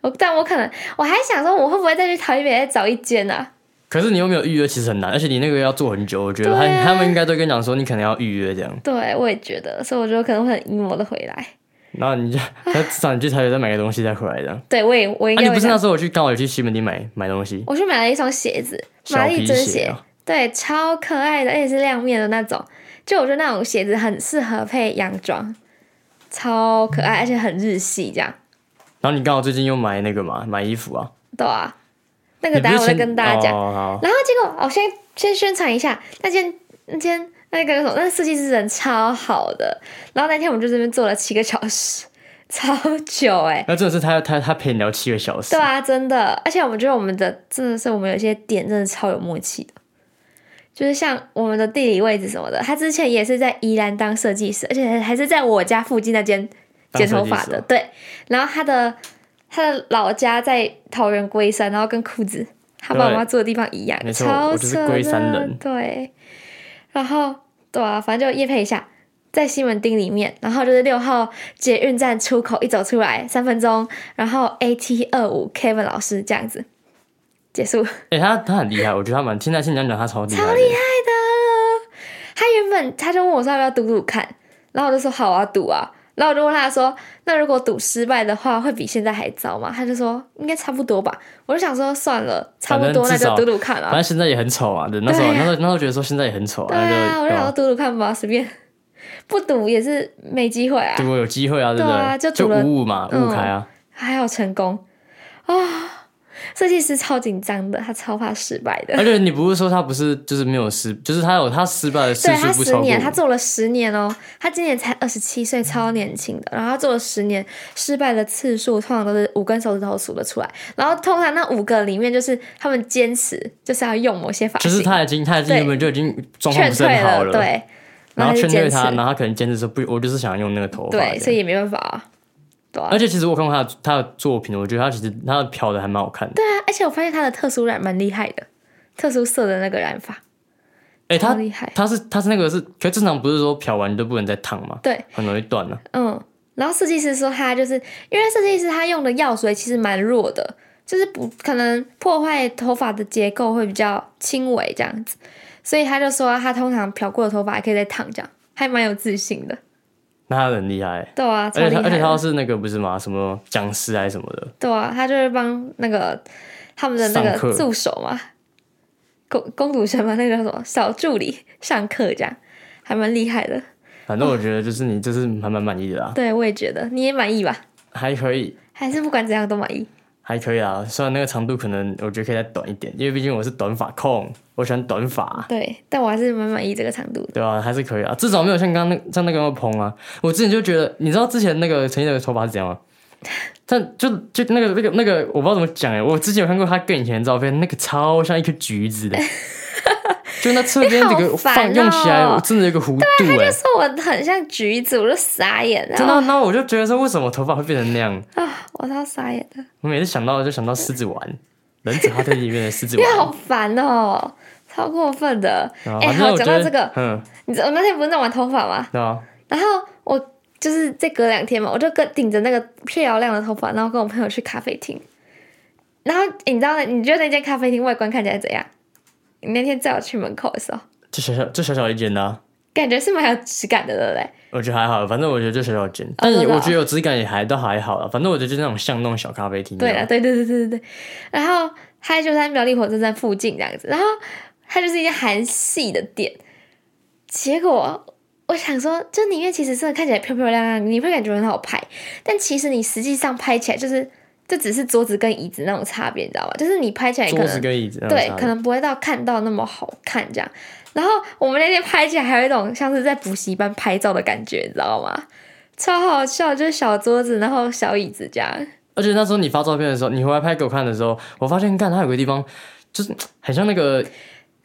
Speaker 1: 我但我可能我还想说，我会不会再去台北再找一间啊？
Speaker 2: 可是你又没有预约，其实很难，而且你那个要做很久，我觉得他、
Speaker 1: 对啊
Speaker 2: 他们应该都跟你讲说你可能要预约这样。
Speaker 1: 对，我也觉得，所以我就可能会很 emo 的回来。
Speaker 2: 然后你就那至少你去台北再买个东西再回来这样。
Speaker 1: 对，我也我应
Speaker 2: 啊，
Speaker 1: 该、
Speaker 2: 你
Speaker 1: 会
Speaker 2: 不
Speaker 1: 这
Speaker 2: 是
Speaker 1: 样
Speaker 2: 那时候我去刚好有去西门町买买东西，
Speaker 1: 我去买了一双鞋子，
Speaker 2: 小
Speaker 1: 玛丽
Speaker 2: 皮
Speaker 1: 珍
Speaker 2: 鞋啊。
Speaker 1: 对，超可爱的，而且是亮面的那种。就我觉得那种鞋子很适合配洋装，超可爱，而且很日系这样，
Speaker 2: 然后你刚好最近又买那个嘛，买衣服啊。
Speaker 1: 对啊。那
Speaker 2: 你
Speaker 1: 个
Speaker 2: 不
Speaker 1: 等
Speaker 2: 是
Speaker 1: 下我再
Speaker 2: 前
Speaker 1: 跟大家讲。
Speaker 2: 哦、好，
Speaker 1: 然后结果，我、先先宣传一下，那间那间那个什么，那个设计师人超好的。然后那天我们就这边坐了七个小时， (laughs) 超久哎、
Speaker 2: 那真的是他他他陪你聊七个小时
Speaker 1: 对，啊，真的，而且我觉得我们的真的是我们有些点真的超有默契的，就是像我们的地理位置什么的，他之前也是在宜兰当设计师，而且还是在我家附近那间
Speaker 2: 当
Speaker 1: 剪
Speaker 2: 设
Speaker 1: 头
Speaker 2: 计
Speaker 1: 发
Speaker 2: 师
Speaker 1: 的，
Speaker 2: 哦
Speaker 1: 对。然后他的他的老家在桃园龟山，然后跟裤子他爸
Speaker 2: 对
Speaker 1: 妈住的地方一样，
Speaker 2: 没错
Speaker 1: 超
Speaker 2: 我就是
Speaker 1: 扯
Speaker 2: 龟
Speaker 1: 的，
Speaker 2: 山人
Speaker 1: 对。然后对啊，反正就夜配一下。在西门町里面，然后就是六号捷运站出口一走出来三分钟，然后 AT 二五 Kevin 老师这样子结束。
Speaker 2: 哎、他他很厉害，我觉得他蛮现在听你讲讲他超厉害的，
Speaker 1: 他原本他就问我说要不要读读看，然后我就说好啊，赌啊。然后我就问他说，那如果赌失败的话，会比现在还糟吗？他就说应该差不多吧。我就想说算了，差不多
Speaker 2: 反
Speaker 1: 那
Speaker 2: 正至
Speaker 1: 就
Speaker 2: 少
Speaker 1: 赌赌看
Speaker 2: 反
Speaker 1: 啊。
Speaker 2: 正现在也很丑啊，对，那时候、
Speaker 1: 对啊
Speaker 2: 那时候那时候觉得说现在也很丑
Speaker 1: 对
Speaker 2: 那就
Speaker 1: 啊，我就
Speaker 2: 对
Speaker 1: 想
Speaker 2: 吧
Speaker 1: 说赌赌看吧，随便， (laughs) 不赌也是没机会啊。
Speaker 2: 如果有机会啊，对不
Speaker 1: 对啊就
Speaker 2: 对？
Speaker 1: 赌了
Speaker 2: 五五嘛，
Speaker 1: 嗯
Speaker 2: 五开啊，
Speaker 1: 还好成功啊、设计师超紧张的，他超怕失败的。
Speaker 2: 而且你不啊是说他不是就是没有失，就是他有他失败的次
Speaker 1: 对
Speaker 2: 数
Speaker 1: 他
Speaker 2: 不
Speaker 1: 十
Speaker 2: 超过
Speaker 1: 年，
Speaker 2: 五
Speaker 1: 他做了十年哦，他今年才二十七岁，超年轻的。然后他做了十年，失败的次数通常都是五根手指头数得出来。然后通常那五个里面，就是他们坚持就是要用某些发
Speaker 2: 就
Speaker 1: 型，
Speaker 2: 是他已经他已经
Speaker 1: 对
Speaker 2: 原本就已经状况
Speaker 1: 劝
Speaker 2: 不是
Speaker 1: 退
Speaker 2: 很好
Speaker 1: 了，对，
Speaker 2: 然后
Speaker 1: 他就
Speaker 2: 劝退
Speaker 1: 坚持，
Speaker 2: 他，然后他可能坚持说不，我就是想用那个头发这样。
Speaker 1: 对，所以也没办法啊，对啊
Speaker 2: 而且其实我看过他的他的作品，我觉得他其实他漂的还蛮好看的。
Speaker 1: 对啊，而且我发现他的特殊染蛮厉害的，特殊色的那个染法，
Speaker 2: 哎、
Speaker 1: 超
Speaker 2: 他
Speaker 1: 厉害
Speaker 2: 他是他是那个是，可是正常不是说漂完就不能再烫嘛，
Speaker 1: 对，
Speaker 2: 很容易断了、
Speaker 1: 嗯，然后设计师说他就是因为设计师他用的药水其实蛮弱的，就是不可能破坏头发的结构会比较轻微这样子，所以他就说他通常漂过的头发还可以再烫这样，还蛮有自信的。
Speaker 2: 那他很厉害。
Speaker 1: 对啊，超
Speaker 2: (laughs) 而
Speaker 1: 厉
Speaker 2: 且哎他
Speaker 1: 害
Speaker 2: 而且
Speaker 1: 的
Speaker 2: 他是那个不是嘛，什么僵尸还是什么的，
Speaker 1: 对啊，他就是帮那个他们的那
Speaker 2: 上课
Speaker 1: 个助手嘛，公公主生嘛，那个叫什么小助理上课这样，还蛮厉害的。
Speaker 2: 反正我觉得就是你就是还蛮满意的啦， (laughs)
Speaker 1: 对，我也觉得你也满意吧？
Speaker 2: 还可以。
Speaker 1: 还是不管怎样都满意？
Speaker 2: 还可以啊，虽然那个长度可能我觉得可以再短一点，因为毕竟我是短发控，我喜欢短发，
Speaker 1: 对，但我还是蛮满意这个长度的。
Speaker 2: 对吧、还是可以啊，至少没有像刚刚那像那个那么蓬啊。我之前就觉得，你知道之前那个陈奕迅的头发是怎样吗？ (laughs) 但就就那个那个那个，我不知道怎么讲哎、我之前有看过他更以前的照片，那个超像一颗橘子
Speaker 1: (laughs)
Speaker 2: 的，就那侧边这
Speaker 1: 你
Speaker 2: 个
Speaker 1: 好
Speaker 2: 放、
Speaker 1: 烦哦啊
Speaker 2: 用起来，我真的有一个弧度哎、
Speaker 1: 就是我很像橘子，我就傻眼了，
Speaker 2: 真的，那我就觉得说，为什么头发会变成那样？
Speaker 1: 啊，我超傻眼的，
Speaker 2: 我每次想到就想到狮子丸， (laughs) 忍者哈特里面的狮子
Speaker 1: 你 (laughs)
Speaker 2: 丸。
Speaker 1: 好烦哦，超过分的。
Speaker 2: 然后
Speaker 1: 哎、
Speaker 2: 反正
Speaker 1: 好，
Speaker 2: 我
Speaker 1: 讲
Speaker 2: 觉
Speaker 1: 到
Speaker 2: 得
Speaker 1: 这个，
Speaker 2: 嗯，
Speaker 1: 你知道我那天不是弄完头发吗？
Speaker 2: 对啊，
Speaker 1: 然后我就是再隔两天嘛，我就跟顶着那个漂亮的头发，然后跟我朋友去咖啡厅。然后你知道那，你觉得那间咖啡厅外观看起来怎样？你那天载我去门口的时候，
Speaker 2: 就小小就小小一间的啊、
Speaker 1: 感觉是蛮有质感的，对不对？
Speaker 2: 我觉得还好，反正我觉得就小小间，但
Speaker 1: 真的哦
Speaker 2: 我觉得有质感也还都还好啦。反正我觉得就是那种像那种小咖啡厅，
Speaker 1: 对
Speaker 2: 啊
Speaker 1: 了，，对对对对对对。然后它就在苗栗火车站附近这样子，然后它就是哎一家韩系的店。结果我想说，就里面其实真的看起来漂漂亮亮，你会感觉很好拍，但其实你实际上拍起来就是，这只是桌子跟椅子那种差别，你知道吗？就是你拍起来可
Speaker 2: 桌
Speaker 1: 能
Speaker 2: 子跟椅子那种
Speaker 1: 对
Speaker 2: 差，别
Speaker 1: 可能不会到看到那么好看这样。然后我们那天拍起来还有一种像是在补习班拍照的感觉，你知道吗？超好笑，就是小桌子，然后小椅子这样。
Speaker 2: 而且那时候你发照片的时候，你回来拍给我看的时候，我发现看它有个地方就是很像那个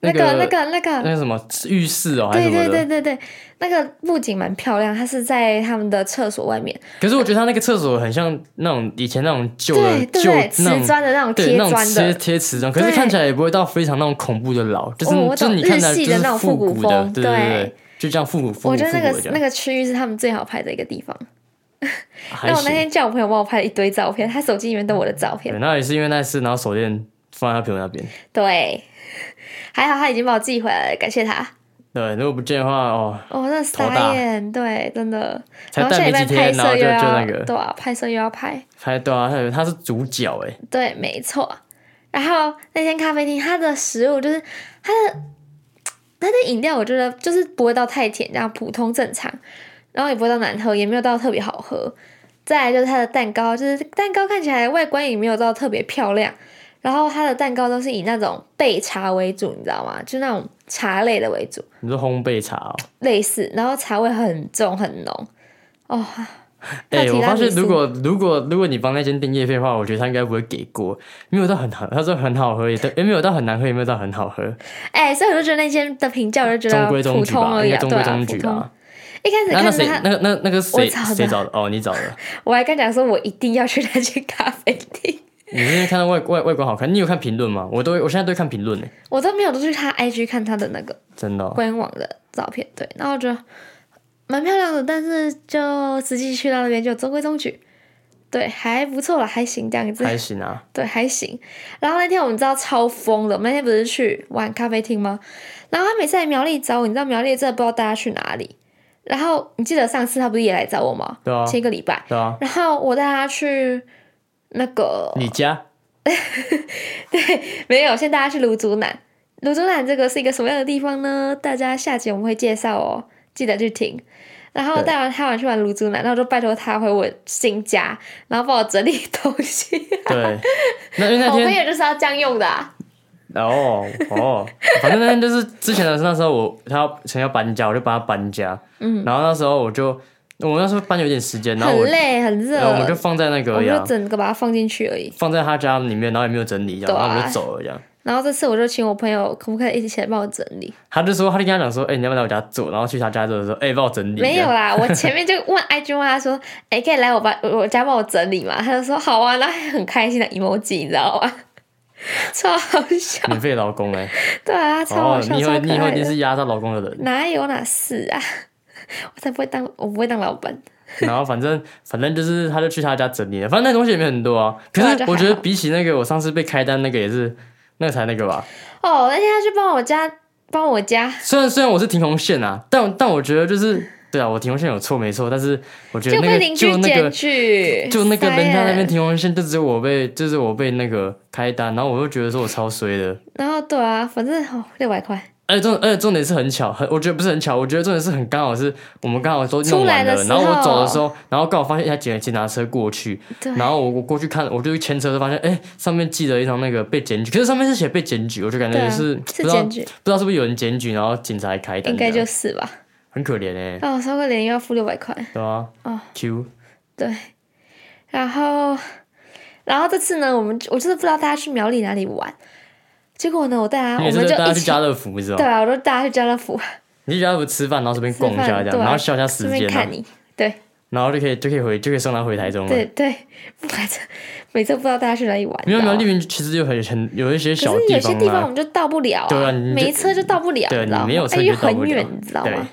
Speaker 1: 那
Speaker 2: 个
Speaker 1: 个、那个、那
Speaker 2: 那
Speaker 1: 个，
Speaker 2: 个什么浴室哦、还是
Speaker 1: 对
Speaker 2: 什么
Speaker 1: 对
Speaker 2: 的。
Speaker 1: 对对对，那个布景蛮漂亮，它是在他们的厕所外面，
Speaker 2: 可是我觉得它那个厕所很像那种以前那种旧的
Speaker 1: 对对
Speaker 2: 旧
Speaker 1: 对，
Speaker 2: 那
Speaker 1: 瓷
Speaker 2: 种。
Speaker 1: 砖的那种
Speaker 2: 对，
Speaker 1: 贴
Speaker 2: 那种
Speaker 1: 砖
Speaker 2: 贴
Speaker 1: 的，
Speaker 2: 贴瓷砖，可是
Speaker 1: 对
Speaker 2: 看起来也不会到非常那种恐怖的老，就是、
Speaker 1: 哦我
Speaker 2: 就是
Speaker 1: 懂
Speaker 2: 你看起来
Speaker 1: 日
Speaker 2: 就
Speaker 1: 系的
Speaker 2: 是
Speaker 1: 那种
Speaker 2: 复
Speaker 1: 复古
Speaker 2: 古的，
Speaker 1: 风
Speaker 2: 对对
Speaker 1: 对
Speaker 2: 对，就这样复古复古复古
Speaker 1: 我觉得那
Speaker 2: 的
Speaker 1: 个
Speaker 2: 这
Speaker 1: 那
Speaker 2: 样。
Speaker 1: 个区域是他们最好拍的一个地方。
Speaker 2: 还
Speaker 1: 那我那
Speaker 2: 行嗯
Speaker 1: 天叫我朋友帮我拍了一堆照片，他手机里面都我的照片
Speaker 2: 对，，那也是因为那次，然后手电放在他朋友那边。
Speaker 1: 对，还好他已经把我寄回来了，感谢他。
Speaker 2: 对，如果不见的话，哦，
Speaker 1: 哦，那
Speaker 2: 头大
Speaker 1: 傻眼，对，真的。
Speaker 2: 才
Speaker 1: 然后
Speaker 2: 带
Speaker 1: 下礼
Speaker 2: 没
Speaker 1: 拜
Speaker 2: 几
Speaker 1: 拍
Speaker 2: 天，然后
Speaker 1: 摄
Speaker 2: 就
Speaker 1: 又
Speaker 2: 就
Speaker 1: 要
Speaker 2: 那个，
Speaker 1: 对啊，拍摄又要拍，
Speaker 2: 还对啊，他他是主角哎，
Speaker 1: 对，没错。然后那间咖啡厅，它的食物就是它的它的饮料，我觉得就是不会到太甜，这样普通正常，然后也不会到难喝，也没有到特别好喝。再来就是它的蛋糕，就是蛋糕看起来外观也没有到特别漂亮，然后它的蛋糕都是以那种焙茶为主，你知道吗？就那种茶类的为主，
Speaker 2: 你说烘焙茶哦，
Speaker 1: 类似，然后茶味很重很浓，哦， (laughs) 那
Speaker 2: 哎，
Speaker 1: 提拉
Speaker 2: 我发现
Speaker 1: 米苏
Speaker 2: 如果如果如果你帮那间订业费的话，我觉得他应该不会给过，没有到很好，他说很好喝，也对，也没有到很难喝，也没有到很好喝，
Speaker 1: 哎、所以我就觉得那间的评价，我就觉
Speaker 2: 中
Speaker 1: 得
Speaker 2: 规中
Speaker 1: 普
Speaker 2: 矩
Speaker 1: 通
Speaker 2: 吧，
Speaker 1: 而已、
Speaker 2: 应该
Speaker 1: 啊，
Speaker 2: 中
Speaker 1: 对
Speaker 2: 规
Speaker 1: 啊，
Speaker 2: 中
Speaker 1: 普
Speaker 2: 矩
Speaker 1: 通
Speaker 2: 吧。。
Speaker 1: 一开始
Speaker 2: 那
Speaker 1: 看
Speaker 2: 那
Speaker 1: 着
Speaker 2: 谁
Speaker 1: 他，
Speaker 2: 那个那那个谁
Speaker 1: 找的
Speaker 2: 谁找的？哦，你
Speaker 1: (laughs)
Speaker 2: 找的，
Speaker 1: 我还跟他讲说，我一定要去那间咖啡厅，
Speaker 2: 你是因为看到外外外观好看，你有看评论吗？我都会我现在都会看评论呢，
Speaker 1: 我都没有去他 IG 看他的那个
Speaker 2: 真的哦。
Speaker 1: 官网的照片，对，然后我觉得蛮漂亮的，但是就实际去到那边就中规中矩，对，还不错了，还行这样子，
Speaker 2: 还行啊，
Speaker 1: 对，还行。然后那天我们知道超疯的，我们那天不是去玩咖啡厅吗？然后他每次来苗栗找我，你知道苗栗真的不知道大家去哪里。然后你记得上次他不是也来找我吗？
Speaker 2: 对啊，
Speaker 1: 前一个礼拜，
Speaker 2: 对啊，
Speaker 1: 然后我带他去那个
Speaker 2: 你家
Speaker 1: (laughs) 没有，先带他去卢竹南。卢竹南这个是一个什么样的地方呢？大家下集我们会介绍哦，记得去听。然后
Speaker 2: 对
Speaker 1: 带完他玩去玩卢竹南，然后就拜托他回我新家，然后帮我整理 (laughs) 东西。
Speaker 2: 对，那因为那
Speaker 1: (laughs) 我朋
Speaker 2: 天
Speaker 1: 友就是要这样用的、啊。
Speaker 2: 哦哦，反正那天就是之前的是那时候我他要陈要搬家，我就帮他搬家，
Speaker 1: 嗯，
Speaker 2: 然后那时候我就我那时候搬有点时间，然后
Speaker 1: 很
Speaker 2: 我
Speaker 1: 累，很热，
Speaker 2: 然后我们就放在那
Speaker 1: 我
Speaker 2: 个
Speaker 1: 们
Speaker 2: 呀
Speaker 1: 就，整个把它放进去而已。
Speaker 2: 放在他家里面，然后也没有整理，这样，
Speaker 1: 对啊
Speaker 2: 然后我们就走了这样。
Speaker 1: 然后这次我就请我朋友，可不可以一起来帮我整理？
Speaker 2: 他就说，他就跟他讲说，哎、你要不要来我家住？然后去他家住的时候，哎、帮我整理。
Speaker 1: 没
Speaker 2: 这
Speaker 1: 有啊啦，
Speaker 2: 样
Speaker 1: 我前面就问 (laughs) IG 问他说，哎、可以来我帮我家帮我整理嘛？他就说好啊，然后还很开心的 emoji，你知道吗？ (laughs) 超好笑，
Speaker 2: 免费劳工哎、
Speaker 1: 对啊，超
Speaker 2: 哦
Speaker 1: 好，笑，
Speaker 2: 你以
Speaker 1: 超
Speaker 2: 后你以
Speaker 1: 可
Speaker 2: 后
Speaker 1: 爱
Speaker 2: 一定
Speaker 1: 的。
Speaker 2: 是压榨劳工的人。
Speaker 1: 哪有哪是啊？ (laughs) 我才不会当，我不会当老板。
Speaker 2: 然后反正 (laughs) 反正就是，他就去他家整理了。反正那东西也没很
Speaker 1: (laughs)
Speaker 2: 多啊。可
Speaker 1: 对啊
Speaker 2: 是
Speaker 1: 就还
Speaker 2: 我觉得
Speaker 1: 好
Speaker 2: 比起那个我上次被开单那个也是，那个才那个吧。
Speaker 1: 哦，那天他去帮我家，帮我家，
Speaker 2: 虽然虽然我是停红线啊，但但我觉得就是对啊，我停红线有错没错，但是我觉得
Speaker 1: 就
Speaker 2: 那
Speaker 1: 被
Speaker 2: 个
Speaker 1: 邻
Speaker 2: 就
Speaker 1: 居
Speaker 2: 那
Speaker 1: 检
Speaker 2: 个
Speaker 1: 举，
Speaker 2: 就那个人家那边
Speaker 1: 傻眼。
Speaker 2: 停红线，就只有我被就是我被那个开单，然后我就觉得说我超衰的。
Speaker 1: 然后对啊，反正哦六百块，
Speaker 2: 而且重而且重点是很巧，很我觉得不是很巧，我觉得重点是很刚好是我们刚好都弄完
Speaker 1: 出来
Speaker 2: 了，
Speaker 1: 的时
Speaker 2: 然
Speaker 1: 候
Speaker 2: 后我走的时候，然后刚好发现一台检检查车过去，
Speaker 1: 对，
Speaker 2: 然后我我过去看，我就去牵车就发现，哎、上面记了一张那个被检举，可是上面是写被检举，我就感
Speaker 1: 对
Speaker 2: 觉
Speaker 1: 啊
Speaker 2: 是、不
Speaker 1: 是
Speaker 2: 知道
Speaker 1: 检
Speaker 2: 不
Speaker 1: 举，
Speaker 2: 知道是不是有人检举，然后警察来开单
Speaker 1: 应
Speaker 2: 这样，
Speaker 1: 该就是吧。
Speaker 2: 很可怜哎、
Speaker 1: 哦，超过零要付六百块。
Speaker 2: 对啊，
Speaker 1: 哦
Speaker 2: q
Speaker 1: 对，然后，然后这次呢，我们我真的不知道大家去苗栗哪里玩，结果呢，我带他，
Speaker 2: 你
Speaker 1: 啊我
Speaker 2: 也
Speaker 1: 们
Speaker 2: 是
Speaker 1: 就
Speaker 2: 带
Speaker 1: 一
Speaker 2: 他去
Speaker 1: 起
Speaker 2: 家，乐福是
Speaker 1: 对
Speaker 2: 吧？
Speaker 1: 啊，我就带他去家乐福
Speaker 2: 你去家乐福吃饭，然后顺便
Speaker 1: 吃
Speaker 2: 逛一下
Speaker 1: 饭，
Speaker 2: 这
Speaker 1: 对
Speaker 2: 样，
Speaker 1: 啊，
Speaker 2: 然后消一下时
Speaker 1: 顺便
Speaker 2: 间啊
Speaker 1: 看，你，对
Speaker 2: 然后就可以就可以回就可以送他回台中了。
Speaker 1: 对对，不然这 (laughs) 每次不知道带他去哪里玩，
Speaker 2: 没有
Speaker 1: 你
Speaker 2: 没
Speaker 1: 知道吗
Speaker 2: 有，那边其实有很很有一些
Speaker 1: 可
Speaker 2: 小
Speaker 1: 是有些地
Speaker 2: 啊
Speaker 1: 方我，们就到不了
Speaker 2: 对啊你就
Speaker 1: 没车就到不了，
Speaker 2: 对
Speaker 1: 你知道
Speaker 2: 你
Speaker 1: 吗？
Speaker 2: 没有车
Speaker 1: 哎，
Speaker 2: 你
Speaker 1: 又
Speaker 2: 就到不
Speaker 1: 很
Speaker 2: 了
Speaker 1: 远，你知道
Speaker 2: 对
Speaker 1: 吗？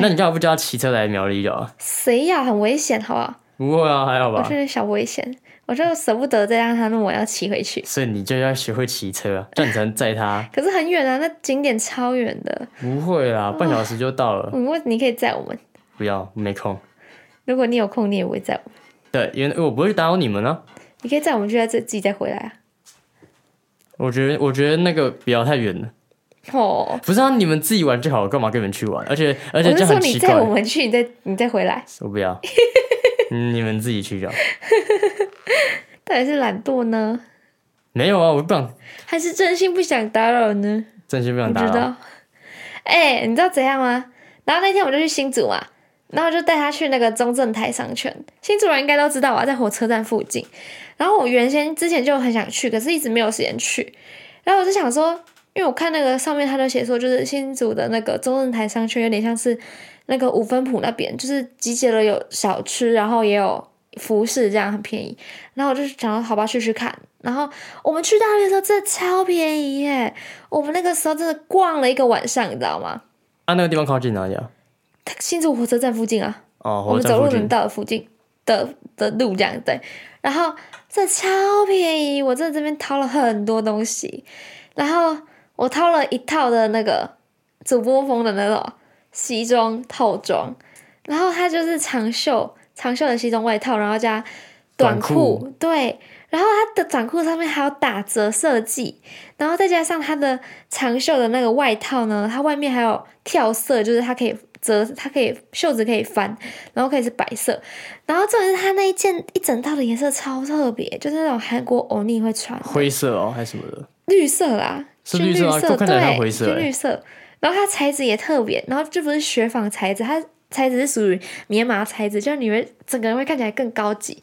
Speaker 2: 那你干嘛不叫他骑车来苗栗就好？
Speaker 1: 谁呀，很危险，好不好？
Speaker 2: 不会啊，还好
Speaker 1: 我
Speaker 2: 吧
Speaker 1: 觉。得小危险，我就舍不得再让他那么要骑回去。
Speaker 2: 所以你就要学会骑车啊，这样你才能载
Speaker 1: (laughs)
Speaker 2: 他。
Speaker 1: 可是很远啊，那景点超远的。
Speaker 2: 不会
Speaker 1: 哦
Speaker 2: 啦，半小时就到了。
Speaker 1: 嗯，我你可以载我们，
Speaker 2: 不要，没空。
Speaker 1: 如果你有空，你也不会载我们，
Speaker 2: 对，因为我不会打扰你们啊。
Speaker 1: 你可以载我们就在这自己再回来啊。
Speaker 2: 我觉得，我觉得那个不要太远了。
Speaker 1: 哦，
Speaker 2: 不是啊，你们自己玩就好，干嘛跟你们去玩？而且，而
Speaker 1: 我
Speaker 2: 且这
Speaker 1: 是
Speaker 2: 样
Speaker 1: 说
Speaker 2: 很
Speaker 1: 你
Speaker 2: 奇怪
Speaker 1: 载。我们去，你再你再回来，
Speaker 2: 我不
Speaker 1: (laughs)
Speaker 2: 要，嗯你们自己去就好。
Speaker 1: 到底是懒惰呢，
Speaker 2: 没有啊，我不想，
Speaker 1: 还是真心不想打扰呢？
Speaker 2: 真心不想
Speaker 1: 你
Speaker 2: 打
Speaker 1: 知
Speaker 2: 扰。
Speaker 1: 道？哎、你知道怎样吗？然后那天我们就去新竹嘛，然后就带他去那个中正台商圈，新竹人应该都知道啊，在火车站附近。然后我原先之前就很想去，可是一直没有时间去。然后我就想说，因为我看那个上面他就写说，就是新竹的那个中正台商圈有点像是那个五分埔那边，就是集结了有小吃，然后也有服饰，这样很便宜。然后我就想说，好吧，去去看。然后我们去到那边的时候，真的超便宜耶！我们那个时候真的逛了一个晚上，你知道吗？
Speaker 2: 啊，那个地方靠近哪里啊？
Speaker 1: 新竹火车站附近啊，
Speaker 2: 哦，
Speaker 1: 我
Speaker 2: 火
Speaker 1: 们
Speaker 2: 车站
Speaker 1: 走
Speaker 2: 附
Speaker 1: 路能
Speaker 2: 近。
Speaker 1: 到的附近的的路这样对，然后这超便宜，我在这边掏了很多东西，然后我掏了一套的那个主播风的那种西装套装，然后它就是长袖长袖的西装外套，然后加短裤，
Speaker 2: 短
Speaker 1: 对，然后它的短裤上面还有打折设计，然后再加上它的长袖的那个外套呢，它外面还有跳色，就是它可以折，它可以袖子可以翻，然后可以是白色，然后重点是它那一件一整套的颜色超特别，就是那种韩国欧尼会穿的
Speaker 2: 灰色哦，还是什么的？
Speaker 1: 绿色啦，
Speaker 2: 是
Speaker 1: 军
Speaker 2: 绿色
Speaker 1: 色，
Speaker 2: 吗
Speaker 1: 对，
Speaker 2: 都看起来像灰色
Speaker 1: 军
Speaker 2: 欸
Speaker 1: 绿色。然后它材质也特别，然后这不是雪纺材质，它材质是属于棉麻材质，就是你会整个人会看起来更高级。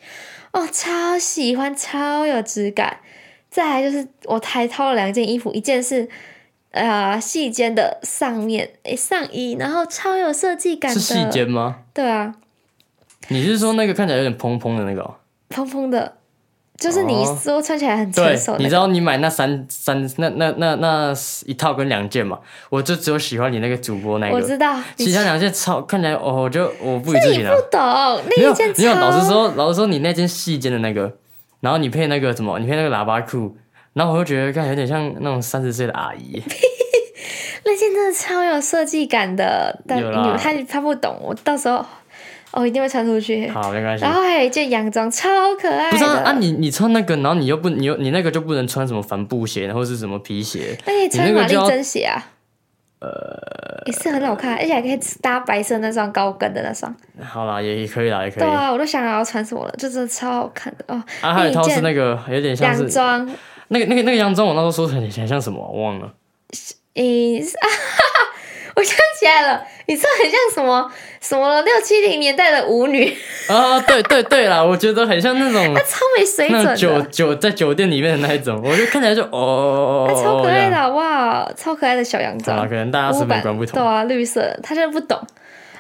Speaker 1: 哦，超喜欢，超有质感。再来就是我还挑了两件衣服，一件是呃细肩的上面诶上衣，然后超有设计感的，
Speaker 2: 是细肩吗？
Speaker 1: 对啊，
Speaker 2: 你是说那个看起来有点蓬蓬的那个哦？
Speaker 1: 蓬蓬的，就是你
Speaker 2: 哦
Speaker 1: 说穿起来很成
Speaker 2: 对
Speaker 1: 熟，的、
Speaker 2: 你知道你买那三三那那那那一套跟两件嘛，我就只有喜欢你那个主播那
Speaker 1: 我
Speaker 2: 个，
Speaker 1: 知道，你
Speaker 2: 其他两件超看起来哦，我就我不予置
Speaker 1: 你
Speaker 2: 评
Speaker 1: 不
Speaker 2: 啊。
Speaker 1: 懂
Speaker 2: 没
Speaker 1: 那
Speaker 2: 有
Speaker 1: 一件超，
Speaker 2: 没有，老实说，老实说，你那件细肩的那个，然后你配那个
Speaker 1: (laughs)
Speaker 2: 什么，你配那个喇叭裤，然后我就觉得看起来有点像那种三十岁的阿姨，
Speaker 1: 那件真的超有设计感的，但
Speaker 2: 有啦
Speaker 1: 你他他不懂，我到时候哦一定会穿出去。
Speaker 2: 好，没关系
Speaker 1: 然。后还有一件洋装，超可爱的。
Speaker 2: 不是啊，啊你你穿那个，然后你又不，你又你那个就不能穿什么帆布鞋，或是什么皮鞋，
Speaker 1: 那你穿
Speaker 2: 你那
Speaker 1: 玛
Speaker 2: 个
Speaker 1: 丽
Speaker 2: 就要
Speaker 1: 珍鞋啊？呃，也是很好看，而且还可以搭白色那双高跟的那双。
Speaker 2: 好啦，也也可以啦，也可以。
Speaker 1: 对啊，我都想要穿什么了，就真的超好看的哦。
Speaker 2: 啊，还有一套是
Speaker 1: 件
Speaker 2: 那个有点像
Speaker 1: 洋
Speaker 2: 是
Speaker 1: 装，
Speaker 2: 那个那个那个洋装，我那时候说很很像什么，我忘了。
Speaker 1: 诶、是 (laughs) 啊哈哈，我想起来了，你这很像什么什么六七零年代的舞女，
Speaker 2: 啊，对对对啦，我觉得很像那种
Speaker 1: 超没水
Speaker 2: 那
Speaker 1: 准
Speaker 2: 种酒
Speaker 1: 的，
Speaker 2: 酒在酒店里面的那一种，我就看起来就哦哦哦
Speaker 1: 她
Speaker 2: 哦，
Speaker 1: 超可爱
Speaker 2: 这
Speaker 1: 的
Speaker 2: 样。
Speaker 1: 好不好？超可爱的小洋
Speaker 2: 好啦，
Speaker 1: 装
Speaker 2: 可，能大家
Speaker 1: 模
Speaker 2: 审美
Speaker 1: 板
Speaker 2: 观不同
Speaker 1: 对。啊，绿色的，她真的不懂。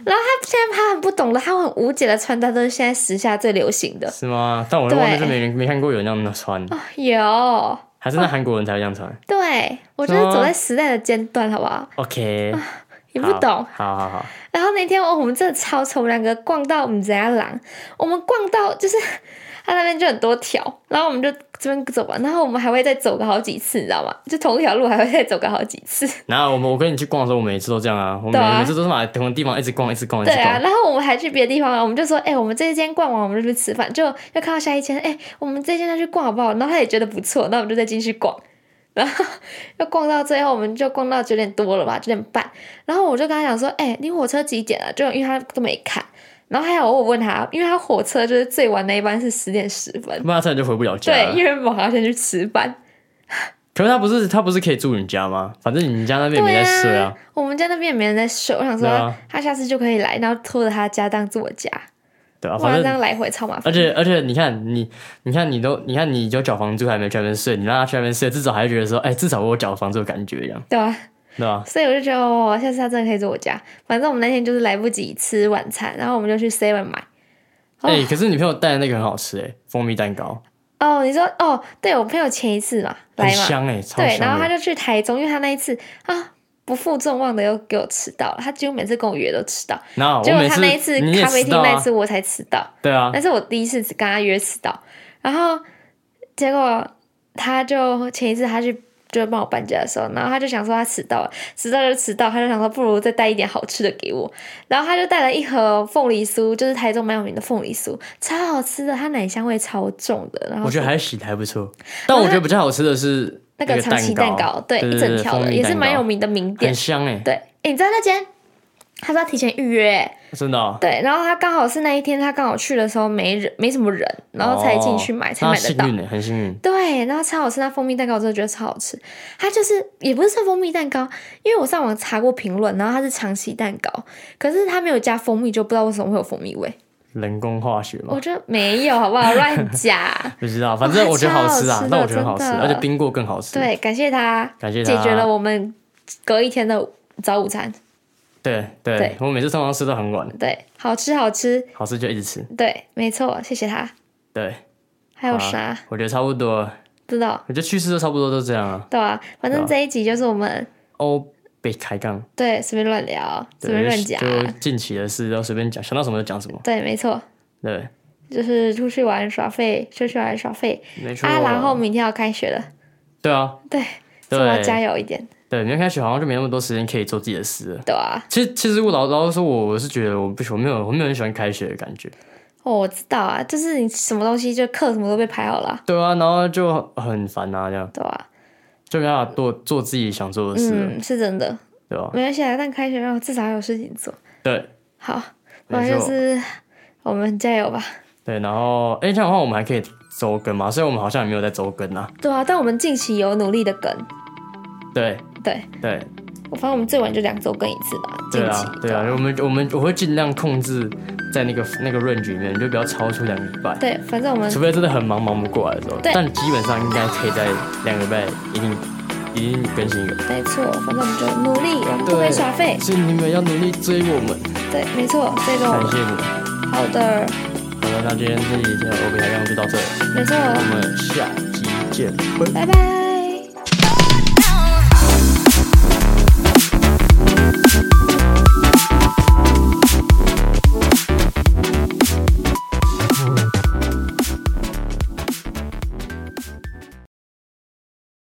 Speaker 1: 然后她现在她很不懂了，她很无解的穿搭都是现在时下最流行的
Speaker 2: 是吗？但我忘了
Speaker 1: 对
Speaker 2: 就没人没看过有人那样穿，
Speaker 1: 啊、有。
Speaker 2: 还是那韩国人才会这样穿。
Speaker 1: 对，我
Speaker 2: 是
Speaker 1: 就是走
Speaker 2: 吗
Speaker 1: 在时代的尖端，好不好？
Speaker 2: OK，
Speaker 1: 你不懂。
Speaker 2: 好好好，
Speaker 1: 然后那天我我们真的超丑，我们两个逛到我们家狼，我们逛到就是它那边就很多条，然后我们就这边走吧，然后我们还会再走个好几次，你知道吗？就同一条路还会再走个好几次。
Speaker 2: 然后我们我跟你去逛的时候，我每次都这样啊，我每、
Speaker 1: 对啊
Speaker 2: 每次都是把同个地方一直逛，一直逛，一直
Speaker 1: 对啊，
Speaker 2: 逛。
Speaker 1: 然后我们还去别的地方，我们就说，哎、我们这一间逛完，我们就去吃饭，就又看到下一间，哎、我们这一间再去逛好不好？然后他也觉得不错，那我们就再进去逛， (laughs) 然后又逛到最后，我们就逛到九点多了吧，九点半，然后我就跟他讲说，哎、你火车几点啊？就因为他都没看，然后还有我问他，因为他火车就是最晚那一班是十点十分，
Speaker 2: 不然差点就回不了家
Speaker 1: 对，
Speaker 2: 了。
Speaker 1: 因为我还要先去吃饭，
Speaker 2: 可是他不是他不是可以住你家吗？反正你家那边也没
Speaker 1: 对
Speaker 2: 在睡啊
Speaker 1: 啊。，我们家那边也没人在睡，我想说
Speaker 2: 对啊
Speaker 1: 他下次就可以来，然后拖着他家当做我家，
Speaker 2: 对啊，
Speaker 1: 不然
Speaker 2: 反
Speaker 1: 这
Speaker 2: 正
Speaker 1: 样来回超麻烦。
Speaker 2: 而且而且你看你你看你都你看你就缴房租还没去那边睡，你让他去那边睡，至少还会觉得说，哎、至少我有缴房租的感觉一样，
Speaker 1: 对啊，
Speaker 2: 对吧、
Speaker 1: 所以我就觉得，哦，下次他真的可以住我家。反正我们那天就是来不及吃晚餐，然后我们就去 Seven 买。哦
Speaker 2: 哎、可是你朋友带的那个很好吃哎、蜂蜜蛋糕，
Speaker 1: 哦，你说哦，对我朋友前一次嘛
Speaker 2: 很
Speaker 1: 来嘛，
Speaker 2: 香哎、超香的。
Speaker 1: 对，然后他就去台中，因为他那一次啊不负众望的又给我吃到了，他几乎每次跟我约都吃到，
Speaker 2: 然后
Speaker 1: 结
Speaker 2: 哦我
Speaker 1: 果
Speaker 2: 每
Speaker 1: 他
Speaker 2: 次
Speaker 1: 那一次
Speaker 2: 你也
Speaker 1: 咖啡
Speaker 2: 知
Speaker 1: 厅
Speaker 2: 道
Speaker 1: 那
Speaker 2: 啊
Speaker 1: 次，嗯我才吃到，
Speaker 2: 对啊，
Speaker 1: 那是我第一次跟他约吃到，然后结果他就前一次他去。就帮我搬家的时候，然后他就想说他迟到了，迟到就迟到，他就想说不如再带一点好吃的给我，然后他就带了一盒凤梨酥，就是台中蛮有名的凤梨酥，超好吃的，它奶香味超重的，然后
Speaker 2: 我觉得还洗的还不错，但我觉得比较好吃的是
Speaker 1: 那个长崎蛋糕，对，
Speaker 2: 对
Speaker 1: 一
Speaker 2: 对
Speaker 1: 整
Speaker 2: 对
Speaker 1: 条
Speaker 2: 蜂
Speaker 1: 的，
Speaker 2: 蜜
Speaker 1: 也是
Speaker 2: 蛋
Speaker 1: 蛮
Speaker 2: 糕
Speaker 1: 有名的名
Speaker 2: 很
Speaker 1: 店，
Speaker 2: 香哎，
Speaker 1: 对，诶你知道那间，他说要提前预约、欸
Speaker 2: 真的哦，
Speaker 1: 对，然后他刚好是那一天，他刚好去的时候没人，没什么人，然后才进去买，才
Speaker 2: 哦
Speaker 1: 买得到
Speaker 2: 那。幸运哎，很幸运。
Speaker 1: 对，然后超好吃，那蜂蜜蛋糕我真的觉得超好吃。它就是也不是算蜂蜜蛋糕，因为我上网查过评论，然后它是长崎蛋糕，可是它没有加蜂蜜，就不知道为什么会有蜂蜜味。
Speaker 2: 人工化学嘛
Speaker 1: 我，觉得没有，好不好？
Speaker 2: (laughs)
Speaker 1: 乱加。
Speaker 2: 不知道，反正我觉得好吃啊
Speaker 1: 哦超好吃的，
Speaker 2: 但我觉得很好吃，
Speaker 1: 真的
Speaker 2: 而且冰过更好吃。
Speaker 1: 对，感谢他，
Speaker 2: 感谢
Speaker 1: 解
Speaker 2: 他
Speaker 1: 决了我们隔一天的早午餐。
Speaker 2: 对
Speaker 1: 对
Speaker 2: 对，我每次通常吃到很晚，
Speaker 1: 对，好吃好吃，
Speaker 2: 好吃就一直吃。
Speaker 1: 对，没错，谢谢他。
Speaker 2: 对，
Speaker 1: 还有
Speaker 2: 好啊
Speaker 1: 啥？
Speaker 2: 我觉得差不多了，
Speaker 1: 不知道。
Speaker 2: 我觉得趋势都差不多都这样啊。
Speaker 1: 对啊，反正
Speaker 2: 对啊
Speaker 1: 这一集就是我们
Speaker 2: 哦，被开杠，
Speaker 1: 对随便乱聊，随便
Speaker 2: 对，
Speaker 1: 乱
Speaker 2: 就
Speaker 1: 讲，
Speaker 2: 就近期的事都随便讲，想到什么就讲什么。
Speaker 1: 对，没错，
Speaker 2: 对，
Speaker 1: 就是出去玩耍费，出去玩耍费
Speaker 2: 没错。
Speaker 1: 啊，然后明天要开学了，
Speaker 2: 对啊，
Speaker 1: 对，这么加
Speaker 2: 对
Speaker 1: 油一点，
Speaker 2: 对，明天开学好像就没那么多时间可以做自己的事了。
Speaker 1: 对啊，
Speaker 2: 其实，其实我老老实说我，我是觉得我不喜欢，我没有，我没有很喜欢开学的感觉。
Speaker 1: 哦，我知道啊，就是你什么东西就课什么都被排好了啊，
Speaker 2: 对啊，然后就很烦啊，这样
Speaker 1: 对啊，
Speaker 2: 就没办法做做自己想做的事了，
Speaker 1: 嗯，是真的，
Speaker 2: 对吧？
Speaker 1: 没关系啊，但开学让我至少还有事情做，
Speaker 2: 对
Speaker 1: 好，
Speaker 2: 没
Speaker 1: 那就
Speaker 2: 错
Speaker 1: 是我们加油吧，
Speaker 2: 对，然后哎，这样的话我们还可以周更嘛？虽然我们好像也没有在周更啊。
Speaker 1: 对啊，但我们近期有努力的跟，
Speaker 2: 对
Speaker 1: 对，
Speaker 2: 对
Speaker 1: 我反正我们最晚就两周跟一次吧，近
Speaker 2: 对
Speaker 1: 期
Speaker 2: 啊，对啊，我们我们我会尽量控制在那个那个 range 里面，就不要超出两个礼拜，
Speaker 1: 对，反正我们
Speaker 2: 除非真的很忙忙不过来的时候。
Speaker 1: 对
Speaker 2: 但基本上应该可以在两个礼拜一定一定更新一个。
Speaker 1: 没错，反正我们就努力，我们不可以耍废。
Speaker 2: 所以你们要努力追我们，
Speaker 1: 对，没错，这个我
Speaker 2: 感
Speaker 1: 们
Speaker 2: 谢你们。
Speaker 1: 好的，哦
Speaker 2: 好了，那今天这里的我给大家就到这里，
Speaker 1: 没错，
Speaker 2: 我们下期见，拜拜。
Speaker 1: 拜拜。